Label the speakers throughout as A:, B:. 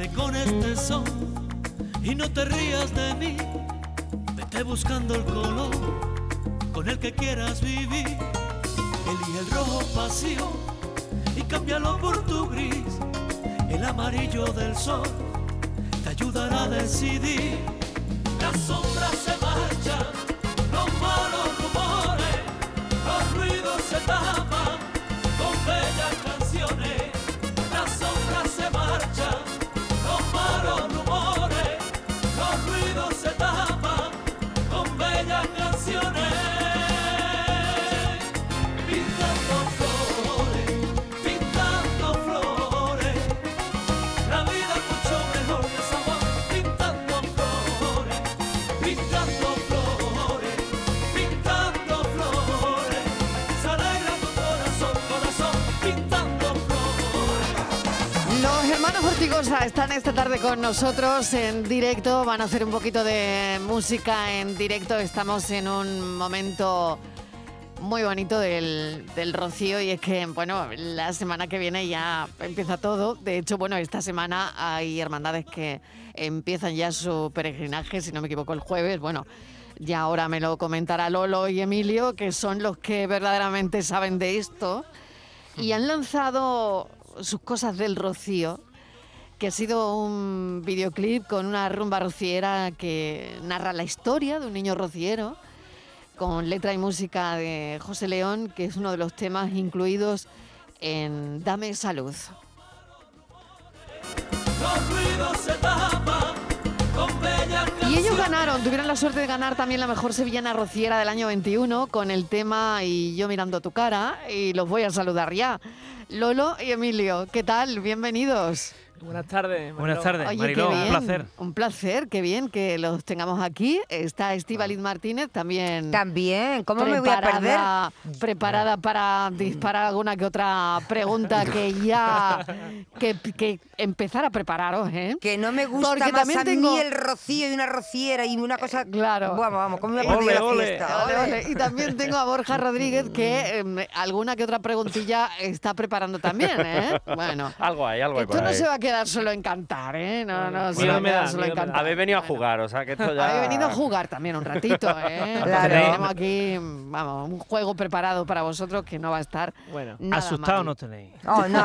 A: este son y no te rías de mí. Vete buscando el color con el que quieras vivir. Elige el rojo pasión y cámbialo por tu gris. El amarillo del sol te ayudará a decidir. Las sombras se marchan, los malos rumores, los ruidos se tapan con bellas canciones. Las sombras se marchan, los malos rumores, los ruidos se tapan con bellas canciones. Pintando flores, pintando flores, la vida es mucho mejor que esa voz. Pintando flores, pintando flores, pintando flores, se alegra tu corazón, corazón, pintando flores.
B: Los hermanos Ortigosa están esta tarde con nosotros en directo, van a hacer un poquito de música en directo, estamos en un momento muy bonito del, del Rocío y es que, bueno, la semana que viene ya empieza todo, de hecho, bueno, esta semana hay hermandades que empiezan ya su peregrinaje, si no me equivoco, el jueves, bueno. Ya ahora me lo comentará Lolo y Emilio, que son los que verdaderamente saben de esto y han lanzado sus cosas del Rocío, que ha sido un videoclip con una rumba rociera que narra la historia de un niño rociero, con letra y música de José León, que es uno de los temas incluidos en Dame Salud.
A: Los ruidos se tapan con bellas
B: Y
A: canciones.
B: ellos ganaron, tuvieron la suerte de ganar también la mejor sevillana rociera del año 21 con el tema Y yo mirando tu cara, y los voy a saludar ya. Lolo y Emilio, ¿qué tal? Bienvenidos.
C: Buenas tardes.
D: Buenas
C: Mariló.
D: tardes,
B: Oye,
D: Mariló,
B: qué
D: un
B: bien,
D: placer.
B: Un placer, qué bien que los tengamos aquí. Está Estivaliz Martínez también.
E: También, ¿cómo me voy a perder?
B: preparada- Preparada para disparar alguna que otra pregunta que ya. que, que empezar a prepararos, ¿eh?
E: Que no me gusta
B: Porque
E: más
B: también
E: a
B: tengo- Eh,
E: mí el rocío y una rociera y una cosa...
B: claro.
E: Vamos, vamos, ¿cómo me voy a
C: Ole,
E: perder la
C: ole.
E: fiesta?
B: Ole,
E: Ole.
B: ole. Y también tengo a Borja Rodríguez que eh, alguna que otra preguntilla está preparando también, ¿eh? Bueno.
F: Algo hay, algo hay
B: Esto
F: por
B: no
F: ahí.
B: se va a quedar solo en cantar, ¿eh? No, no, se
C: Miedo
B: va a
C: me
B: quedar
C: da,
B: solo en
C: miedo me da.
B: cantar.
F: Habéis venido a
B: Bueno.
F: jugar, o sea que esto ya...
B: Habéis venido a jugar también un ratito, ¿eh?
E: Claro.
B: Tenemos aquí, vamos, un juego preparado para vosotros que no va a estar
C: Bueno.
B: nada
D: Asustados
B: mal.
D: no tenéis.
E: Oh,
B: ¿eh?
E: no.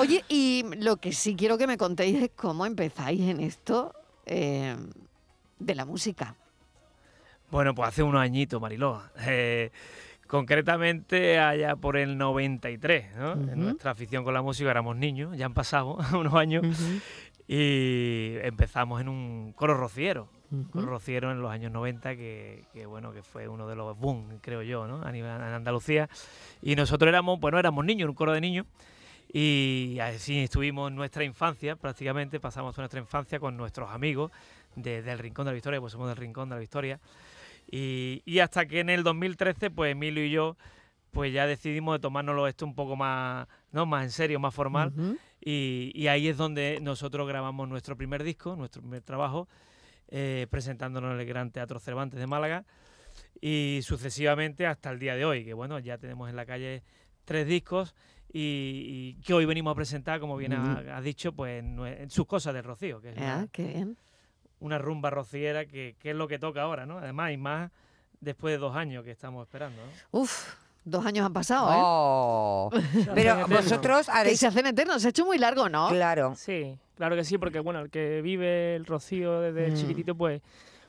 B: Oye, y lo que sí quiero que me contéis es cómo empezáis en esto eh, de la música.
D: Bueno, pues hace unos añitos, Mariló. Eh, concretamente allá por el 93, ¿no?
B: Ujú.
D: En nuestra afición con la música éramos niños, ya han pasado unos años, y empezamos en un coro rociero. Coro rociero en los años 90, que, que, bueno, que fue uno de los boom, creo yo, ¿no? A nivel en Andalucía. Y nosotros éramos, bueno, éramos niños, un coro de niños. Y así estuvimos en nuestra infancia, prácticamente pasamos nuestra infancia con nuestros amigos de- del Rincón de la Victoria, pues somos del Rincón de la Victoria. Y, y hasta que en el 2013, pues Emilio y yo, pues ya decidimos de tomárnoslo esto un poco más, ¿no? más en serio, más formal.
B: Ujú.
D: Y, y ahí es donde nosotros grabamos nuestro primer disco, nuestro primer trabajo, eh, presentándonos en el Gran Teatro Cervantes de Málaga y sucesivamente hasta el día de hoy, que bueno, ya tenemos en la calle tres discos y, y que hoy venimos a presentar, como bien ha- has dicho, pues nue- sus cosas del Rocío, que es
B: Ah,
D: una,
B: qué bien.
D: una rumba rociera que, que es lo que toca ahora, ¿no? Además, y más después de dos años que estamos esperando, ¿no?
B: Uf, dos años han pasado, ¿eh?
E: Oh. Pero vosotros
B: Que
E: haréis...
B: se hacen eternos, se ha hecho muy largo, ¿no?
E: Claro.
C: Sí, claro que sí, porque bueno, el que vive el rocío desde
B: Mm.
C: chiquitito, pues,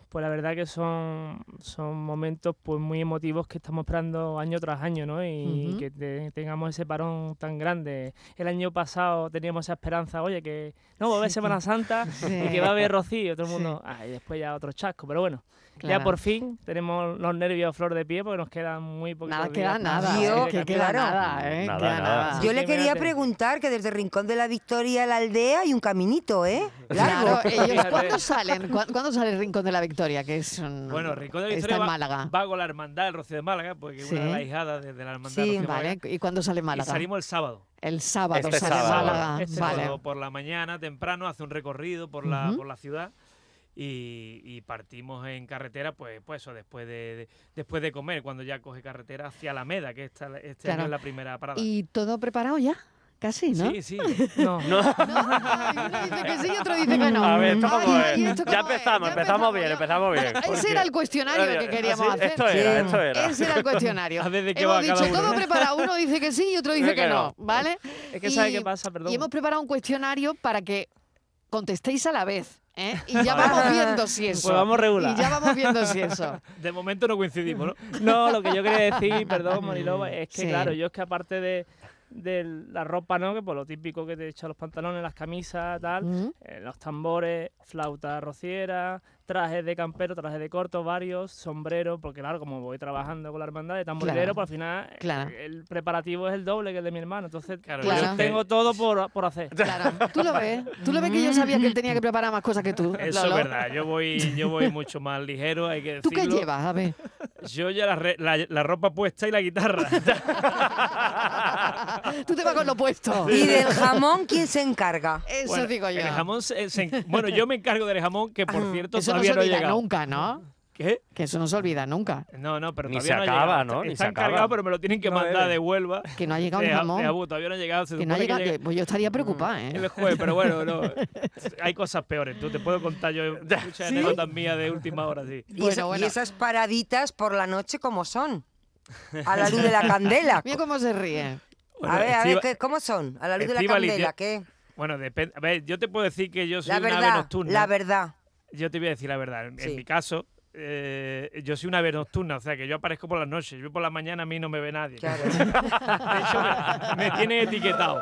C: pues la verdad que son, son momentos pues muy emotivos que estamos esperando año tras año, ¿no? Y
B: Ujú.
C: que te- tengamos ese parón tan grande. El año pasado teníamos esa esperanza, oye, que no va a haber Semana Santa y que va a haber rocío, todo el
B: Sí.
C: mundo, ay, después ya otro chasco, pero bueno,
B: Claro.
C: ya por fin tenemos los nervios a flor de pie porque nos quedan muy poquitos
B: Nada queda
C: días.
B: nada,
C: Sí,
E: Yo-
B: ¿eh?
C: de
B: que
C: cantar.
B: queda
E: claro.
B: nada, ¿eh?
F: Nada,
B: Queda
F: nada.
B: nada.
E: Yo le
C: Sí,
E: quería
C: mírate.
E: preguntar que desde el Rincón de la Victoria a la aldea hay un caminito, ¿eh? Largo.
B: Claro, ellos
C: Fíjate.
B: ¿cuándo salen? ¿Cuá- ¿Cuándo sale el Rincón de la Victoria? Que es un-
D: Bueno, Rincón de la
B: está
D: Victoria
B: en
D: va,
B: Málaga.
D: va con la hermandad del Rocío de Málaga, porque es una
B: Sí.
D: de las hijadas de, de la hermandad del
E: Sí,
D: Rocío de Málaga.
B: vale, ¿y cuándo sale
D: Y
B: Málaga?
D: salimos el sábado.
B: El sábado
F: Este
B: sale
F: sábado.
B: Málaga.
C: Este
B: vale.
D: sábado por la mañana, temprano, hace un recorrido por la,
B: Ujú.
D: por la ciudad y, y partimos en carretera, pues, pues eso, después de, de- después de comer, cuando ya coge carretera hacia Alameda, que esta, este
B: Claro.
D: año es la primera parada.
B: ¿Y todo preparado ya? Casi, ¿no?
D: Sí, sí.
C: No.
B: No, no, uno dice que sí y otro dice que no.
F: A ver, esto
B: Ay,
F: cómo
B: ay,
F: es.
B: ¿esto
F: Ya
B: cómo es?
F: empezamos,
B: Ya
F: empezamos bien, empezamos bien.
B: Ese
F: porque-
B: era el cuestionario que queríamos
F: Así-
B: hacer.
F: Esto era, esto era.
B: Ese era el cuestionario.
D: A ver de qué
B: hemos
D: va
B: dicho
D: cada uno.
B: todo preparado, uno dice que sí y otro dice
F: Dice
B: que
F: que
B: no, ¿vale?
C: Es que ¿sabe qué pasa? Perdón.
B: Y hemos preparado un cuestionario para que contestéis a la vez, ¿eh? Y ya
C: Vale.
B: vamos viendo si eso.
C: Pues vamos regular.
B: y ya vamos viendo si eso.
D: De momento no coincidimos, ¿no?
C: No, lo que yo quería decir, perdón, Mariló, es que
B: Sí.
C: claro, yo es que aparte de, de la ropa, ¿no? Que por lo típico que te echan los pantalones, las camisas, tal,
D: Mm.
B: Ujú.
C: eh, los tambores, flauta rociera, trajes de campero, trajes de corto, varios, sombrero, porque claro, como voy trabajando con la hermandad de
B: Claro.
C: tamborilero, pues al final
B: Claro.
C: eh, el preparativo es el doble que el de mi hermano. Entonces,
D: Claro,
C: yo
B: Claro.
C: tengo todo por, por hacer.
B: Claro, tú lo ves. Tú lo ves que yo sabía que él tenía que preparar más cosas que tú.
D: Eso
B: Lolo.
D: es verdad, yo voy, yo voy mucho más ligero, hay que decirlo.
B: ¿Tú qué llevas? A ver.
D: Yo ya la, re- la- la ropa puesta y la guitarra.
B: Ah, Tú te vas con lo puesto.
E: ¿Y del jamón quién se encarga?
B: Eso
D: Bueno,
B: digo yo.
D: El jamón se- se en- bueno, yo me encargo del jamón, que por cierto
B: eso no se
D: todavía no, ha
B: olvida
D: llegado.
B: nunca, ¿no?
D: ¿Qué?
B: Que eso no se olvida nunca.
D: No, no, pero
F: Ni
D: todavía
F: se
D: no ha llegado.
F: acaba, ¿no?
D: Está-
F: Ni
D: Está
F: se acaba.
D: encargado, pero me lo tienen que
F: No
D: mandar
F: debe.
D: de Huelva.
B: Que no ha llegado
D: De
B: un
D: Ja-
B: jamón.
D: de Abu, todavía no ha llegado. Se
B: Que no ha
D: Eh, supone
B: llegado,
D: llegue
B: que- pues yo estaría preocupada,
D: el
B: ¿eh?
D: jueves, pero bueno, no. hay cosas peores. Tú te puedo contar yo muchas anécdotas mías de última hora, sí.
E: Y,
B: Bueno,
E: esa- y
B: bueno.
E: esas paraditas por la noche, ¿cómo son? A la luz de la candela.
B: Mira cómo se ríe.
D: Eh,
E: a ver, a ver,
D: Estiva-
E: ¿qué- ¿cómo son? A la luz de la
D: Estíbaliz,
E: candela,
D: yo-
E: ¿qué?
D: Bueno, depende. A ver, yo te puedo decir que yo soy
E: La
D: una ave
E: verdad,
D: nocturna.
E: la verdad.
D: Yo te voy a decir la verdad. En, en
E: Sí.
D: mi caso, eh, yo soy una ave nocturna, o sea que yo aparezco por las noches. Yo por la mañana a mí no me ve nadie.
E: Claro.
D: De hecho, me, me tiene etiquetado.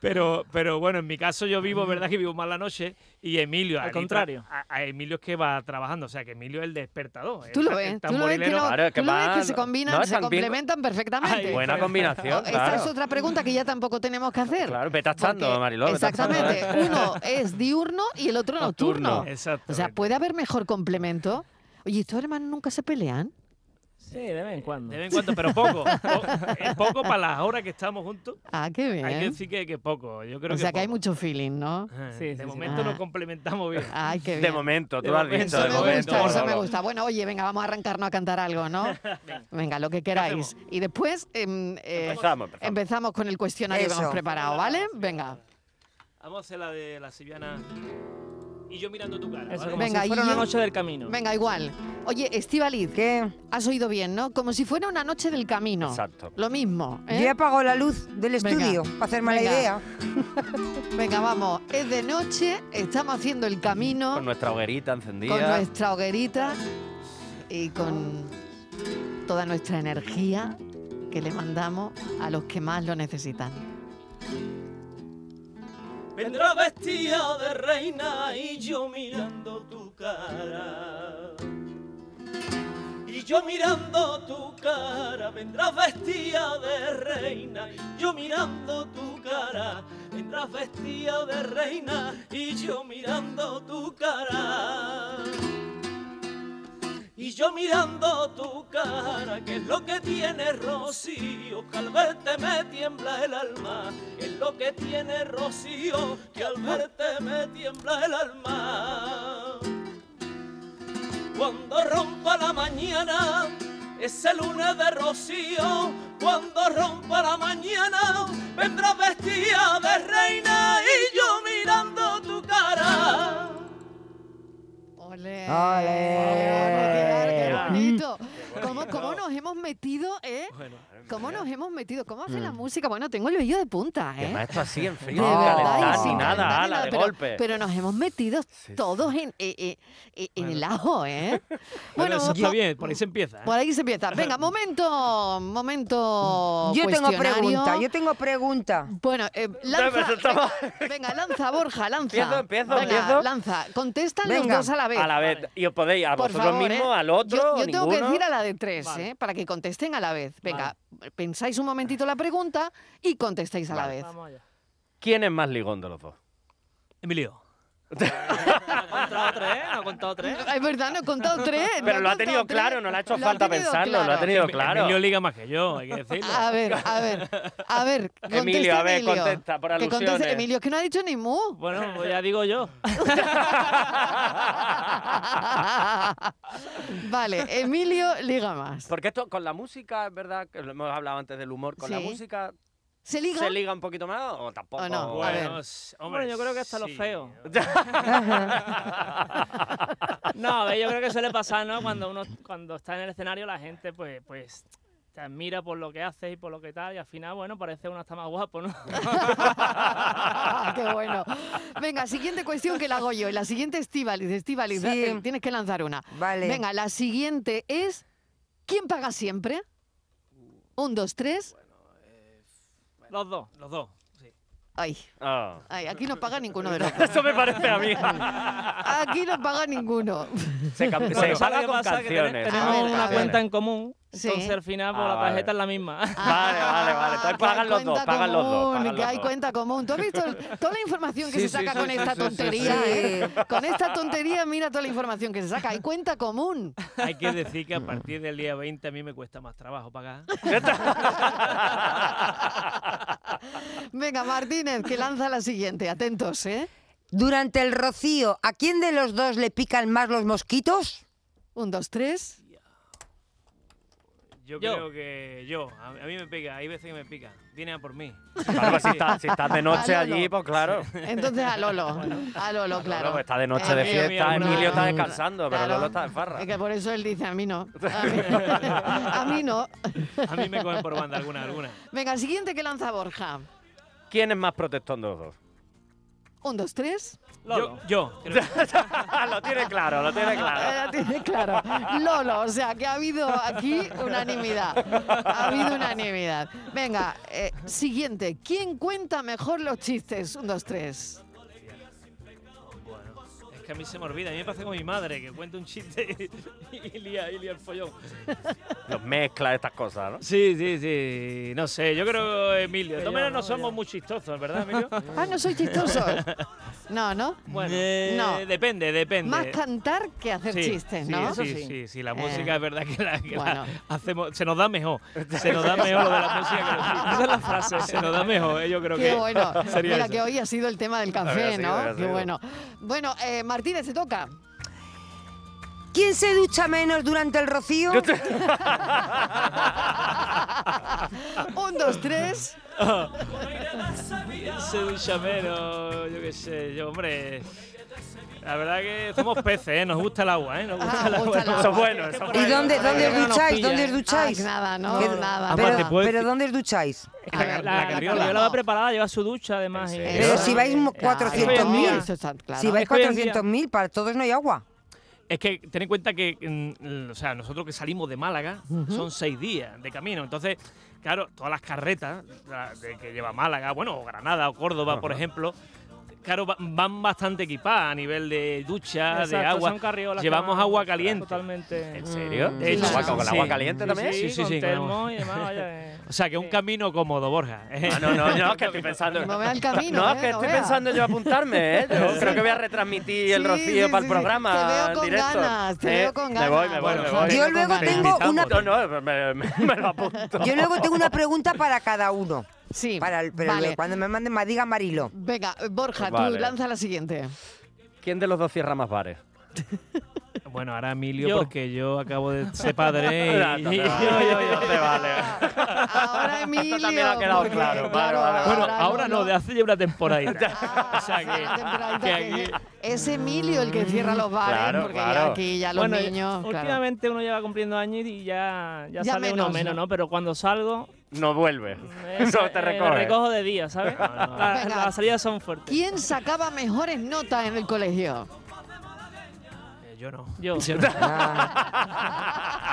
D: Pero, pero bueno, en mi caso yo vivo, ¿verdad? Que vivo más la noche y Emilio.
C: Al
D: a mí tra-
C: contrario.
D: A, a Emilio es que va trabajando, o sea que Emilio es el despertador. el
B: Tú lo
D: ta-
B: ves,
D: el
B: tú lo ves que,
D: tamborilero.
B: no,
F: Claro, es que
B: tú lo ves que
F: van-
B: se combinan,
F: no,
B: se
F: están bien-
B: complementan perfectamente.
D: Ay,
F: Buena combinación,
B: Esta
F: claro.
B: Oh, es otra pregunta que ya tampoco tenemos que hacer.
F: Claro, vete achando,
B: Porque-
F: Mariló, vete achando.
B: Exactamente. Uno es diurno y el otro nocturno.
F: Nocturno.
D: Exacto.
B: O sea, puede haber mejor complemento. Oye, ¿estos hermanos nunca se pelean?
C: Sí, de vez en cuando.
D: De vez en cuando, pero poco. Po- eh, poco para las horas que estamos juntos.
B: Ah, qué bien.
D: Hay que decir que, que poco. Yo creo
B: o sea, que hay
D: poco.
B: mucho feeling, ¿no?
D: Ah,
C: Sí, sí,
D: de
C: sí.
D: momento
B: Ah.
D: nos complementamos bien.
B: Ay, qué bien.
F: De momento, tú
D: De
F: lo has dicho,
D: momento,
F: de
B: Eso me
F: momento.
B: gusta,
F: por
B: eso me
F: favor.
B: gusta. Bueno, oye, venga, vamos a arrancarnos a cantar algo, ¿no? Venga, lo que queráis. Y después em, eh,
F: Empezamos, empezamos.
B: empezamos con el cuestionario que
E: Eso.
B: hemos preparado, ¿vale? Venga,
D: Vamos a hacer la de la sevillana. Y yo mirando tu cara.
C: Eso,
D: ¿vale?
C: como
B: Venga,
C: si fuera una
B: y-
C: noche del camino.
B: venga, igual. Oye, Estivaliz,
E: ¿Qué?
B: has oído bien, ¿no? Como si fuera una noche del camino.
F: Exacto.
B: Lo mismo, ¿eh?
E: Yo ya apago la luz del
B: Venga.
E: estudio para hacerme la
B: Venga.
E: idea.
B: Venga, vamos. Es de noche, estamos haciendo el camino
F: Con nuestra hoguerita encendida.
B: con nuestra hoguerita y con toda nuestra energía que le mandamos a los que más lo necesitan.
A: Vendrá vestida de reina y yo mirando tu cara. Y yo mirando tu cara, vendrás vestida de reina. Y yo mirando tu cara, vendrás vestida de reina. Y yo mirando tu cara. Y yo mirando tu cara, que es lo que tiene Rocío, que al verte me tiembla el alma, que es lo que tiene Rocío, que al verte me tiembla el alma. Cuando rompa la mañana, ese lunes de Rocío, cuando rompa la mañana, vendrás vestida de reina y yo mirando tu cara.
B: ¡Ole!
E: ¡Ole!
B: ¡Qué bonito! ¿Cómo, cómo nos hemos metido, eh? ¿Cómo nos hemos metido? ¿Cómo hace la música? Bueno, tengo el vello de punta,
F: Y además
B: ¿eh?
F: esto así en
B: De
F: frío, sin
E: verdad, y
F: calentar
B: sin
F: ni
B: calentar
F: nada,
B: ni
F: ala,
B: nada,
F: de
B: pero-
F: golpe.
B: Pero nos hemos metido
F: Sí.
B: todos en, eh, eh, eh, en el ajo, ¿eh? Bueno,
D: eso está
B: po-
D: bien, por ahí se empieza. ¿eh?
B: por ahí se empieza. Venga, momento, momento
E: Mm, Yo tengo
B: cuestionario.
E: pregunta, yo tengo pregunta.
B: Bueno, eh,
F: me
B: lanza,
F: soltaba.
B: venga, venga, lanza, Borja, lanza.
F: Empiezo, empiezo,
B: Venga,
F: empiezo.
B: lanza. Contestan
E: Venga,
B: los dos a la vez.
F: A la vez, y os podéis a
B: Por
F: vosotros
B: favor,
F: mismos,
B: ¿eh?
F: al
B: Yo,
F: otro,
B: yo tengo que
F: ninguno.
B: decir a la de tres,
D: Vale.
B: ¿eh? Para que contesten a la vez. Venga, pensáis un momentito la pregunta y contestáis a la vez.
C: Vamos allá.
F: ¿Quién es más ligón de los dos?
D: Emilio.
C: Ha contado tres, ¿eh? Ha contado tres.
B: Es verdad, no he contado tres. no
F: Pero
B: he
F: lo ha
B: contado
F: tenido
B: tres.
F: claro, no le ha hecho
B: Lo
F: falta
B: tenido
F: pensarlo, lo ha
B: claro.
F: tenido claro.
D: Em- Emilio liga más que yo, hay que decirlo.
B: A ver, a ver, a ver. contesta
F: Emilio, a ver,
B: Emilio.
F: contesta, por
B: Que conteste-
F: alusiones.
B: Emilio, es que no ha dicho ni mu.
C: Bueno, pues ya digo yo.
B: vale, Emilio liga más.
F: Porque esto con la música, es verdad, que lo hemos hablado antes del humor, con la
B: Sí.
F: música
B: ¿Se liga?
F: ¿Se liga un poquito más o tampoco?
B: O no. A ver.
D: Bueno, s- hombre,
C: Bueno, yo creo que hasta lo
D: sí.
C: feo. No, a ver, yo creo que suele pasar, ¿no? Cuando uno cuando está en el escenario la gente pues pues te admira por lo que haces y por lo que tal y al final, bueno, parece uno está más guapo, ¿no?
B: Qué bueno. Venga, siguiente cuestión que la hago yo. Y la siguiente es Estivaliz. Estivaliz,
E: Sí.
B: eh, tienes que lanzar una.
E: Vale.
B: Venga, la siguiente es ¿Quién paga siempre? Un, dos, tres.
C: Los dos.
D: Los dos. sí.
B: Ay,
F: Ah.
B: ay, aquí no paga ninguno de los dos.
F: Eso me parece a mí.
B: Aquí no paga ninguno.
F: Se, cam-
C: Lo
F: se
C: que pasa
F: paga
C: que
F: con
C: pasa es que
F: canciones.
C: ten-
F: se paga
C: Tenemos
B: Ah,
F: con
C: una
F: canciones.
C: cuenta en común,
B: Sí.
C: entonces al final pues,
F: Ah,
C: la tarjeta
F: vale.
C: es la misma.
F: Vale, vale, vale.
B: Ah,
F: Entonces
B: que hay
F: pagan los dos,
B: cuenta
F: pagan los dos.
B: común,
F: pagan
B: que
F: los
B: hay
F: dos.
B: cuenta común. ¿Tú has visto el- toda la información que
G: Sí,
B: se
G: sí,
B: saca
G: sí,
B: con
G: sí,
B: esta
G: sí, sí, sí,
B: tontería?
E: sí.
B: eh? Con esta tontería mira toda la información que se saca. Hay cuenta común.
D: Hay que decir
F: Mm.
D: que a partir del día 20 a mí me cuesta más trabajo pagar.
B: Venga, Martínez, que lanza la siguiente. Atentos, ¿eh?
E: Durante el rocío, ¿a quién de los dos le pican más los mosquitos?
B: Un, dos, tres.
D: Yo,
C: Yo.
D: creo que yo. A, a mí me pica. Hay veces que me pica. Viene a por mí.
F: Claro, si estás si estás de noche
B: Alolo.
F: allí, pues claro.
B: Entonces a Lolo. A Lolo, claro.
F: Claro, pues está de noche de
B: Eh,
D: Emilio,
F: fiesta.
D: mira,
F: Emilio está
B: no,
F: descansando, pero
B: claro.
F: Lolo está en farra.
B: Es que por eso él dice, a mí no. A mí, a mí no.
D: A mí me cogen por banda alguna, alguna.
B: Venga, siguiente que lanza Borja.
F: ¿Quién es más protestón de los dos?
B: Un, dos, tres.
C: Los
D: Yo,
C: dos.
D: yo creo que-
F: lo tiene claro, lo tiene
B: Eh,
F: claro.
B: la tiene claro. Lolo, o sea, que ha habido aquí unanimidad. Ha habido unanimidad. Venga, eh, siguiente. ¿Quién cuenta mejor los chistes? Un, dos, tres.
D: Bueno, es que a mí se me olvida. A mí me pasa con mi madre que cuenta un chiste y, y lía, y lía el follón.
F: Los mezcla estas cosas, ¿no?
D: Sí, sí, sí. No sé. Yo creo, Emilio. De
C: Que yo
D: todas maneras, no
C: no,
D: somos
C: yo.
D: muy chistosos, ¿verdad, Emilio?
B: Ah, no soy chistoso. No, ¿no?
C: Bueno,
D: Eh,
B: no.
D: Depende, depende.
B: Más cantar que hacer
D: Sí,
B: chistes, ¿no?
D: Sí,
C: Eso
D: sí, sí,
C: sí.
D: sí, la
B: Eh,
D: música es verdad que, la, que la
B: bueno.
D: hacemos, se nos da mejor. Se nos da mejor lo de la música que los chistes. Este Esa es la frase, se nos da mejor, eh, yo creo
B: Qué
D: que
B: bueno.
D: sería
B: Mira,
D: eso.
B: que hoy ha sido el tema del café,
F: Habría sido,
B: ¿no?
F: habría
B: Qué
F: sido.
B: bueno. Bueno, eh, Martínez, se toca.
E: ¿Quién se ducha menos durante el rocío?
B: Un, dos, tres.
D: Se ducha menos, yo qué sé, yo, hombre. La verdad que somos peces, ¿eh? nos gusta el agua, ¿eh? Nos gusta
B: Ah,
D: el agua.
B: gusta el
D: Nos
B: agua.
F: Eso es bueno, eso es bueno.
E: ¿Y dónde,
C: no,
E: dónde
C: no, no
E: os
C: nos
E: ducháis?
C: pilla,
E: ¿Dónde os
C: ¿eh?
E: ducháis?
B: Ah, nada, no,
E: ¿Qué-
B: nada.
E: Pero,
D: Aparte, puedes-
E: pero ¿dónde os ducháis?
B: A
C: la,
B: ver,
C: la
B: la
C: cabriola
B: cabriola.
C: yo la va preparada, lleva su ducha además. y-
F: ¿En serio?
E: Pero si vais mo-
B: Claro,
E: 400.000.
B: eso está claro.
E: Si vais
C: Es que hoy en día-
E: 400.000, para todos no hay agua.
D: Es que ten en cuenta que, mm, o sea, nosotros que salimos de Málaga son seis días de camino. Entonces, claro, todas las carretas la- de que lleva Málaga, bueno, o Granada o Córdoba, por ejemplo, claro, va- van bastante equipadas a nivel de ducha, de
C: Exacto,
D: agua.
C: son carriolas que
D: Llevamos
C: van
D: agua caliente.
C: Totalmente.
F: ¿En serio?
B: Mm.
D: De hecho,
F: ¿Agua- ¿Con
D: sí.
F: agua caliente también?
D: Sí,
C: Sí,
D: sí,
C: con
D: sí, con
C: termo
D: agua.
C: y demás, vaya, eh.
D: O sea, que un camino cómodo, Borja. ¿eh?
F: Ah, no, no, no, que estoy pensando.
B: No vea el camino,
F: No,
B: eh,
F: que
B: no
F: estoy
B: vea.
F: pensando yo apuntarme, ¿eh? Yo creo que voy a retransmitir el
B: Sí,
F: rocío
B: sí,
F: para el
B: sí, sí.
F: programa.
B: Te veo con
F: en directo. Eh,
B: ganas, te veo con
F: Me voy,
B: ganas.
F: me voy, me
B: Bueno,
F: voy.
E: Yo luego
B: Te
E: tengo una,
F: No, no, me, me- me lo apunto.
E: yo luego tengo una pregunta para cada uno.
B: Sí,
E: Para el- pero
B: vale.
E: cuando me manden, me diga Marilo.
B: Venga, Borja, tú
F: Vale.
B: lanza la siguiente.
F: ¿Quién de los dos cierra más bares?
D: Bueno, ahora Emilio,
C: Yo.
D: porque yo acabo de ser padre.
F: No,
D: y-
F: no
D: y-
F: te vale, no te vale.
B: Ahora Emilio.
F: también ha quedado
B: porque,
F: claro. Vale, vale, vale.
D: bueno, ahora no, de hace ya una temporadita.
B: Ah,
D: o sea
B: sí, la
D: que,
B: temporadita
D: que
B: que-
D: aquí.
B: Es Emilio el que cierra los bares,
F: Claro,
B: porque
F: claro.
B: ya aquí ya los
C: Bueno,
B: niños. claro.
C: últimamente uno lleva cumpliendo años y ya, ya,
B: Ya
C: sale
B: menos,
C: uno menos,
B: ¿no?
C: ¿no? Pero cuando salgo,
F: No vuelve.
C: eh,
F: Eso
C: eh,
F: te
C: me
F: recoge.
C: recojo de día, ¿sabes? La-
B: Venga.
C: las salidas son fuertes.
B: ¿Quién sacaba mejores notas en el colegio?
D: Eh, Yo no.
C: Yo.
E: Ah,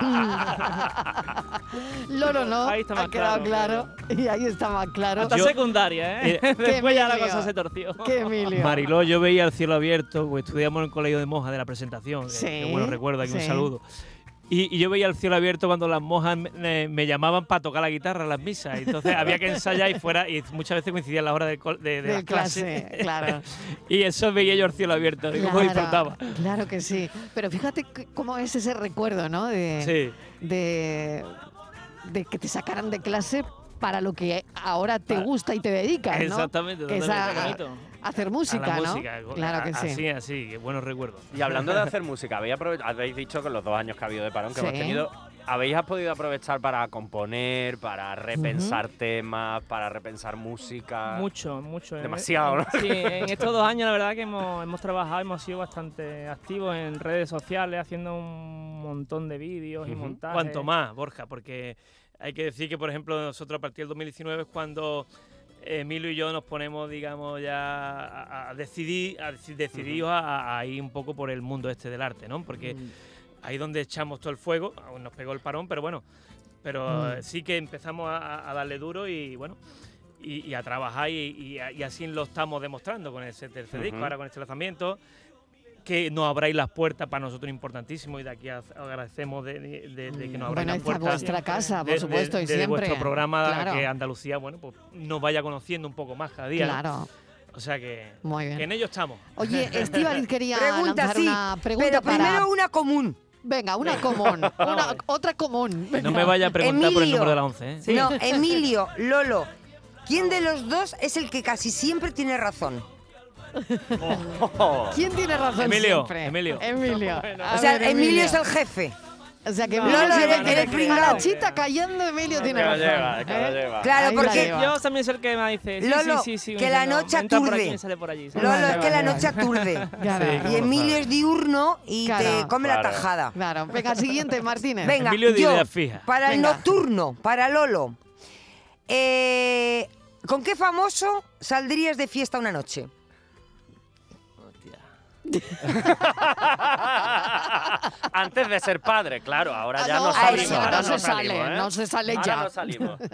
B: Lolo no,
C: Ahí está más
B: ha quedado claro,
C: claro,
B: y ahí está más claro
C: Hasta
D: Yo-
C: secundaria, ¿eh?
D: Eh,
B: qué
C: Después ya la
B: miedo.
C: cosa se torció.
B: que Emilio.
D: Mariló, yo veía el cielo abierto, pues estudiamos en el colegio de Moja de la presentación, que- que,
B: Sí,
D: bueno recuerdo, aquí un
B: sí.
D: saludo. Y, y yo veía el cielo abierto cuando las mojas me, me- eh, me llamaban para tocar la guitarra en las misas. Entonces había que ensayar y fuera, y muchas veces coincidían las horas de, col- de, de
B: Del
D: las clases.
B: clase, claro.
D: Y eso veía yo el cielo abierto, y cómo disfrutaba.
B: claro que sí. Pero fíjate c- cómo es ese recuerdo, ¿no? De,
D: Sí.
B: de, de que te sacaran de clase para lo que ahora te gusta y te dedicas, ¿no?
D: Ah. Exactamente,
B: Que es
D: totalmente,
B: a-
D: bonito.
B: a hacer
D: A
B: música,
D: la
B: ¿no?
D: música, go-
B: Claro que
D: a-
B: sí.
D: Así, así, qué buenos recuerdos.
F: Y hablando de hacer música, habéis, aprove- habéis dicho que los dos años que ha habido de parón que
B: Sí.
F: hemos tenido ¿Habéis podido aprovechar para componer, para repensar temas, para repensar música?
C: Mucho, mucho. ¿eh?
F: Demasiado, ¿no?
C: Sí, en estos dos años la verdad que hemos, hemos trabajado, hemos sido bastante activos en redes sociales, haciendo un montón de vídeos y
F: Ujú.
C: montajes.
D: Cuanto más, Borja, porque hay que decir que, por ejemplo, nosotros a partir del 2019 es cuando eh, Emilio y yo nos ponemos, digamos, ya a, a decidir, a deci- decididos a, a ir un poco por el mundo este del arte, ¿no? Porque ahí donde echamos todo el fuego, aún nos pegó el parón, pero bueno, pero eh, sí que empezamos a, a darle duro y bueno. Y, y a trabajar y, y a- y así lo estamos demostrando con ese tercer disco,
F: Ujú.
D: ahora con este lanzamiento, que nos abráis las puertas para nosotros importantísimo y de aquí az- agradecemos de, de- de- de que nos
B: Bueno,
D: abráis
B: esta
D: las
B: es
D: puertas.
B: vuestra casa, por
D: de- de-
B: supuesto, y
D: de
B: siempre.
D: vuestro programa
B: claro,
D: que Andalucía, bueno, pues nos vaya conociendo un poco más cada día. ¿no?
B: Claro,
D: O sea que,
B: muy
D: que
B: bien.
D: en ello estamos.
B: Oye, Estivaliz quería
E: Pregunta,
B: lanzar
E: sí.
B: una pregunta
E: Pero
B: para...
E: primero una común.
B: Venga, una común, una- otra común.
D: No me vaya a preguntar por el
E: Emilio.
D: número de la 11. ¿eh?
E: No, Emilio, Lolo. ¿Quién de los dos es el que casi siempre tiene razón?
B: ¿Quién tiene razón
D: Emilio,
B: siempre?
D: Emilio.
B: Emilio. A
E: o sea,
B: ver,
E: Emilio, es el jefe.
B: O sea, que
C: No,
B: Emilio
E: no,
B: tiene-
E: eres- eres
B: A
E: pringao.
B: la chita callando, Emilio tiene
F: lo
B: razón.
F: lleva, que lo
B: ¿eh?
F: lleva.
E: Claro,
B: Ahí la
E: porque
B: lleva.
C: Yo también soy el que me dice, sí,
E: Lolo,
C: sí, sí, sí,
E: que la
C: diciendo,
E: noche
C: entra por aquí
E: aturde.
C: y sale por allí. ¿sabes?
E: Lolo
C: Vale,
E: es que
C: vale,
E: la
C: vale.
E: noche aturde.
B: Claro.
D: Sí,
E: Y Emilio es diurno y
B: Claro.
E: te come la
F: Claro.
E: tajada.
B: Claro, venga, siguiente, Martínez.
E: Venga,
D: Emilio de
E: yo,
D: ideas fijas.
E: para el
B: Venga.
E: nocturno, para Lolo. Eh, ¿Con qué famoso saldrías de fiesta una noche?
F: Antes de ser padre, claro, ahora
B: Ah,
F: ya
B: no,
F: no
B: a
F: salimos.
E: eso,
F: ahora
E: no
F: no
E: se
B: sale,
F: salimos, ¿eh?
B: no se sale
F: Ahora
B: ya.
F: no salimos.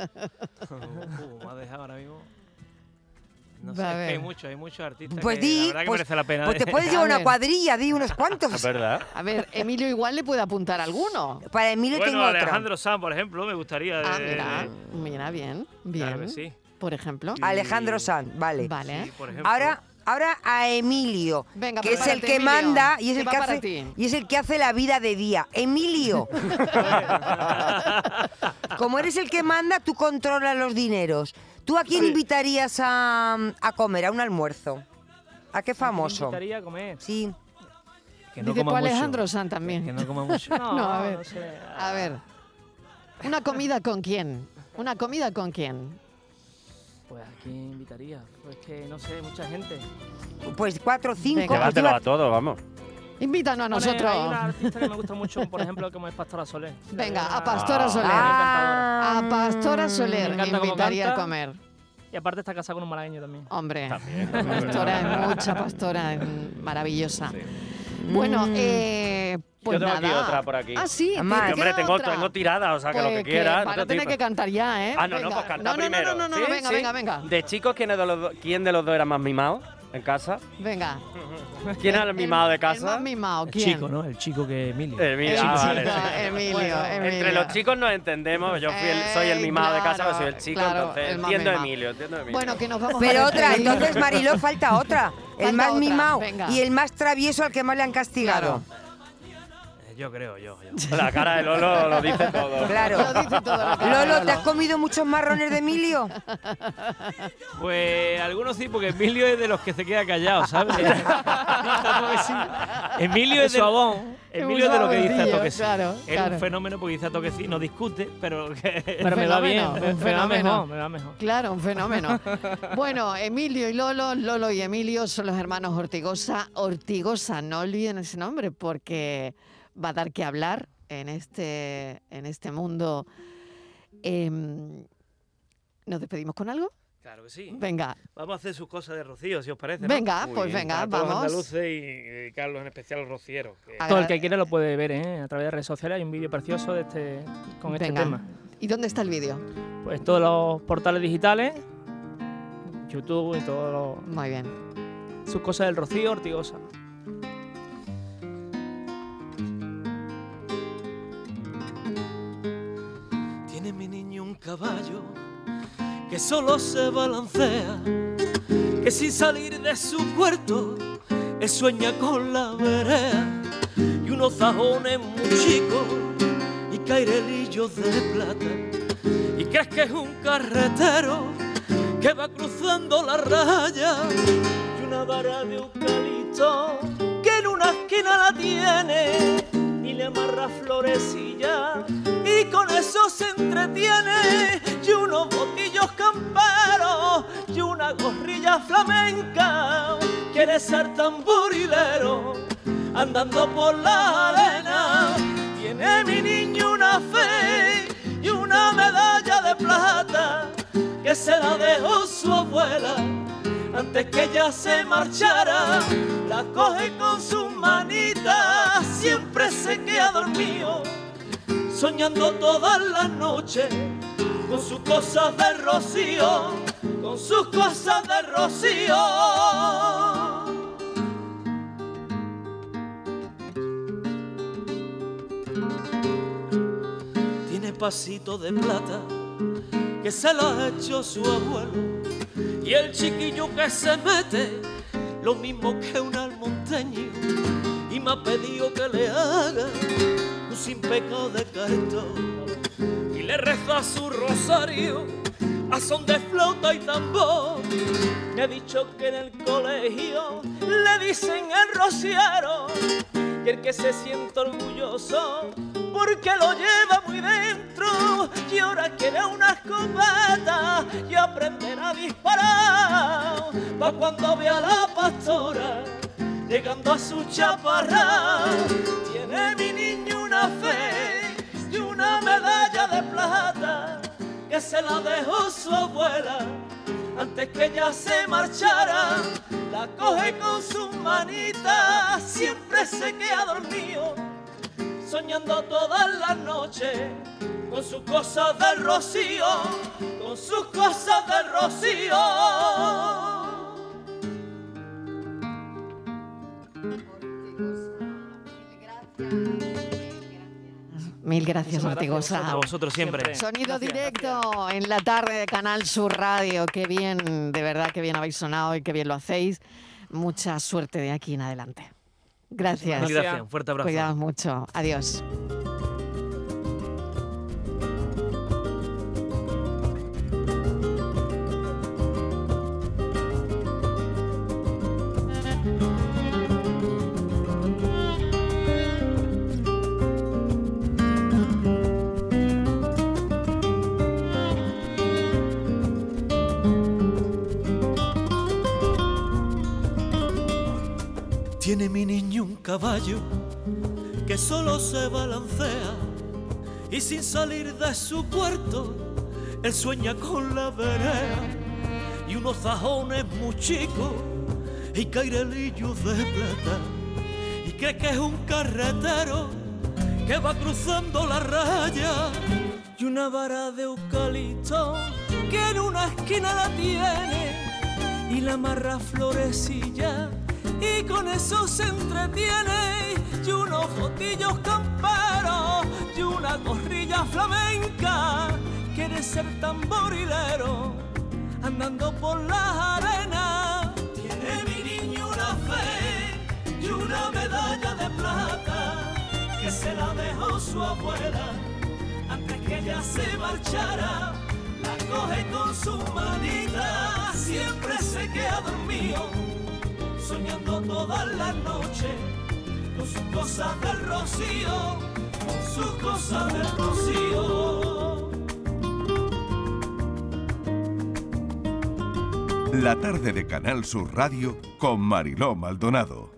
D: Uh, me ha dejado ahora mismo. No
B: Va
D: sé,
B: a
D: es que hay
B: ver.
D: muchos, hay muchos artistas
E: Pues
D: que
E: di,
D: la verdad que
E: pues-
D: merece la pena. ¿eh?
E: pues te
D: de-
E: puedes
B: A
E: llevar una
B: ver.
E: cuadrilla, di unos cuantos.
F: verdad.
B: A ver, Emilio igual le puede apuntar alguno.
E: Para Emilio
D: Bueno,
E: tengo
D: Alejandro Sanz, por ejemplo, me gustaría. eh, de-
B: Ah, mira, mira, bien, bien.
D: Claro que sí.
B: Por ejemplo.
E: otra. Alejandro Sanz, vale.
B: Vale.
D: Sí, por ejemplo.
E: Ahora, ahora a Emilio,
B: Venga,
E: que es el
B: prepárate,
E: que
B: Emilio,
E: manda y es
B: que
E: el
B: va
E: que
B: para
E: hace
B: ti.
E: y es el que hace la vida de día. Emilio, como eres el que manda, tú controlas los dineros. ¿Tú a quién invitarías a, a comer, a un almuerzo? ¿A qué
C: Me
E: famoso?
C: gustaría comer.
E: Sí.
D: Que no
B: Dice tú
D: coma mucho.
B: Alejandro Sanz
D: Que
B: también.
D: no coma mucho.
C: No,
B: No, a ver.
C: no sé.
B: A ver. ¿Una comida con quién? ¿Una comida con quién?
C: Pues a quién invitaría. Pues que no sé, mucha gente.
E: Pues cuatro o cinco.
B: Venga.
E: pues
F: Llévatelo
E: lleva-
F: a todos, vamos.
B: Invítanos a
C: Pone-
B: nosotros.
C: Hay una artista que me gusta mucho, por ejemplo, como es Pastora Soler.
B: Venga,
C: La-
B: a Pastora
C: Ah,
B: Soler.
C: una encantadora.
E: Ah,
B: A Pastora
C: Me
B: Soler me
C: encanta cómo
B: invitaría a
C: canta.
B: comer.
C: Y aparte está casada con un malagueño también.
B: Hombre, pastora es mucha, pastora es maravillosa. Bueno,
E: Mm.
B: eh, pues
F: tengo aquí
B: nada.
F: otra por aquí.
B: Ah, sí,
E: Amá,
B: ¿te
E: ¿Qué
F: hombre,
B: queda
F: tengo,
B: otra?
F: tengo tiradas, o sea, que lo que
B: Pues
F: quieras.
B: Van a tener que cantar ya, ¿eh?
F: Ah, no, no,
B: Venga.
F: pues cantar
B: no, no,
F: primero.
B: No, no, no, no,
F: Sí,
B: venga,
F: sí.
B: venga, venga.
F: De chicos, ¿quién de, los dos, ¿quién de los dos era más mimado en casa?
B: Venga.
F: ¿Quién era el mimado de
B: El
F: casa?
B: más mimado,
D: El
B: ¿quién?
D: chico, ¿no? El chico que Emilio.
F: El
B: El
F: mimado,
B: chico,
F: Eh, ah, vale, sí.
B: Emilio, Emilio.
F: Entre los chicos nos entendemos. Yo fui el- soy el
B: Eh,
F: mimado de casa,
B: claro,
F: yo soy el chico,
B: claro,
F: entonces
B: el más
F: entiendo a
B: mimado.
F: Emilio, entiendo a Emilio.
B: Bueno, que nos vamos
E: Pero
B: a
E: otra,
B: despedir.
E: entonces Mariló falta otra.
B: Ah, Falta
E: El más
B: otra,
E: mimado
B: venga.
E: y el más travieso al que más le han castigado.
D: Eh, Yo creo, yo. yo.
F: La cara de Lolo lo dice todo.
E: Claro.
B: Lo dice todo lo que
E: Lolo, ¿te
B: Lolo.
E: has comido muchos marrones de Emilio?
D: Pues algunos sí, porque Emilio es de los que se queda callado, ¿sabes? Dicta porque sí. Emilio es de Emilio es de lo que dice a
B: Suavecillo,
D: toque sí.
B: claro,
D: es
B: claro.
D: un fenómeno porque dice a toque sí, no discute, pero que
C: Pero me va bien,
B: fenómeno,
C: me,
B: un
C: me va
B: fenómeno.
C: mejor, me va mejor.
B: Claro, un fenómeno. Bueno, Emilio y Lolo, Lolo y Emilio son los hermanos Ortigosa. Ortigosa, no olviden ese nombre porque va a dar que hablar en este, en este mundo. Em, ¿Nos despedimos con algo?
D: Claro que sí.
B: Venga,
D: Vamos a hacer sus cosas de Rocío, si os parece. ¿no?
B: venga,
F: Muy
B: pues
F: bien,
B: venga,
D: Para todos los
B: vamos.
D: andaluces y, y Carlos en especial los rocieros. que-
B: A-
C: Todo el que quiera lo puede ver ¿eh? a través de redes sociales. Hay un vídeo precioso de este, con este
B: Venga.
C: tema.
B: ¿Y dónde está el vídeo?
C: Pues todos los portales digitales, YouTube y todas
B: Muy bien.
C: sus cosas del Rocío Ortigosa.
A: Tiene mi niño un caballo que solo se balancea, que sin salir de su puerto él sueña con la vereda y unos zajones muy chicos y cairelillos de plata. Y crees que es un carretero que va cruzando la raya y una vara de eucalipto que en una esquina la tiene y le y amarra florecillas y con eso se entretiene y unos botillos camperos y una gorrilla flamenca. Quiere ser tamborilero andando por la arena. Tiene mi niño una fe y una medalla de plata que se la dejó su abuela antes que ella se marchara, la coge con sus manitas, siempre se queda dormido, soñando todas las noches, con sus cosas de rocío, con sus cosas de rocío. Tiene pasito de plata que se lo ha hecho su abuelo. Y el chiquillo que se mete, lo mismo que un almonteño, y me ha pedido que le haga un sin pecado de cartón. Y le rezo a su rosario, a son de flauta y tambor. Me ha dicho que en el colegio le dicen el rociero, y el que se siente orgulloso porque lo lleva muy dentro y ahora quiere unas cobatas y aprender a disparar pa' cuando vea a la pastora llegando a su chaparra tiene mi niño una fe y una medalla de plata que se la dejó su abuela antes que ella se marchara la coge con sus manitas siempre se queda dormido soñando todas las noches con sus cosas de rocío, con sus cosas de rocío.
B: Mil gracias, Ortigosa.
D: A vosotros siempre.
B: Sonido directo en la tarde de Canal Sur Radio. Qué bien, de verdad, qué bien habéis sonado y qué bien lo hacéis. Mucha suerte de aquí en adelante. Gracias.
D: Mil gracias, un fuerte abrazo.
B: Cuidaos mucho. Adiós.
A: Tiene mi niño un caballo que solo se balancea y sin salir de su puerto, él sueña con la vereda y unos zajones muy chicos y cairelillos de plata y cree que es un carretero que va cruzando la raya y una vara de eucalipto que en una esquina la tiene y la amarra florecilla y con eso se entretiene y unos fotillos camperos y una gorrilla flamenca quiere ser tamborilero andando por las arenas tiene mi niño una fe y una medalla de plata que se la dejó su abuela antes que ella se marchara la coge con su manita siempre se queda dormido soñando todas las noches con sus cosas del rocío, con sus cosas del rocío.
G: La tarde de Canal Sur Radio con Mariló Maldonado.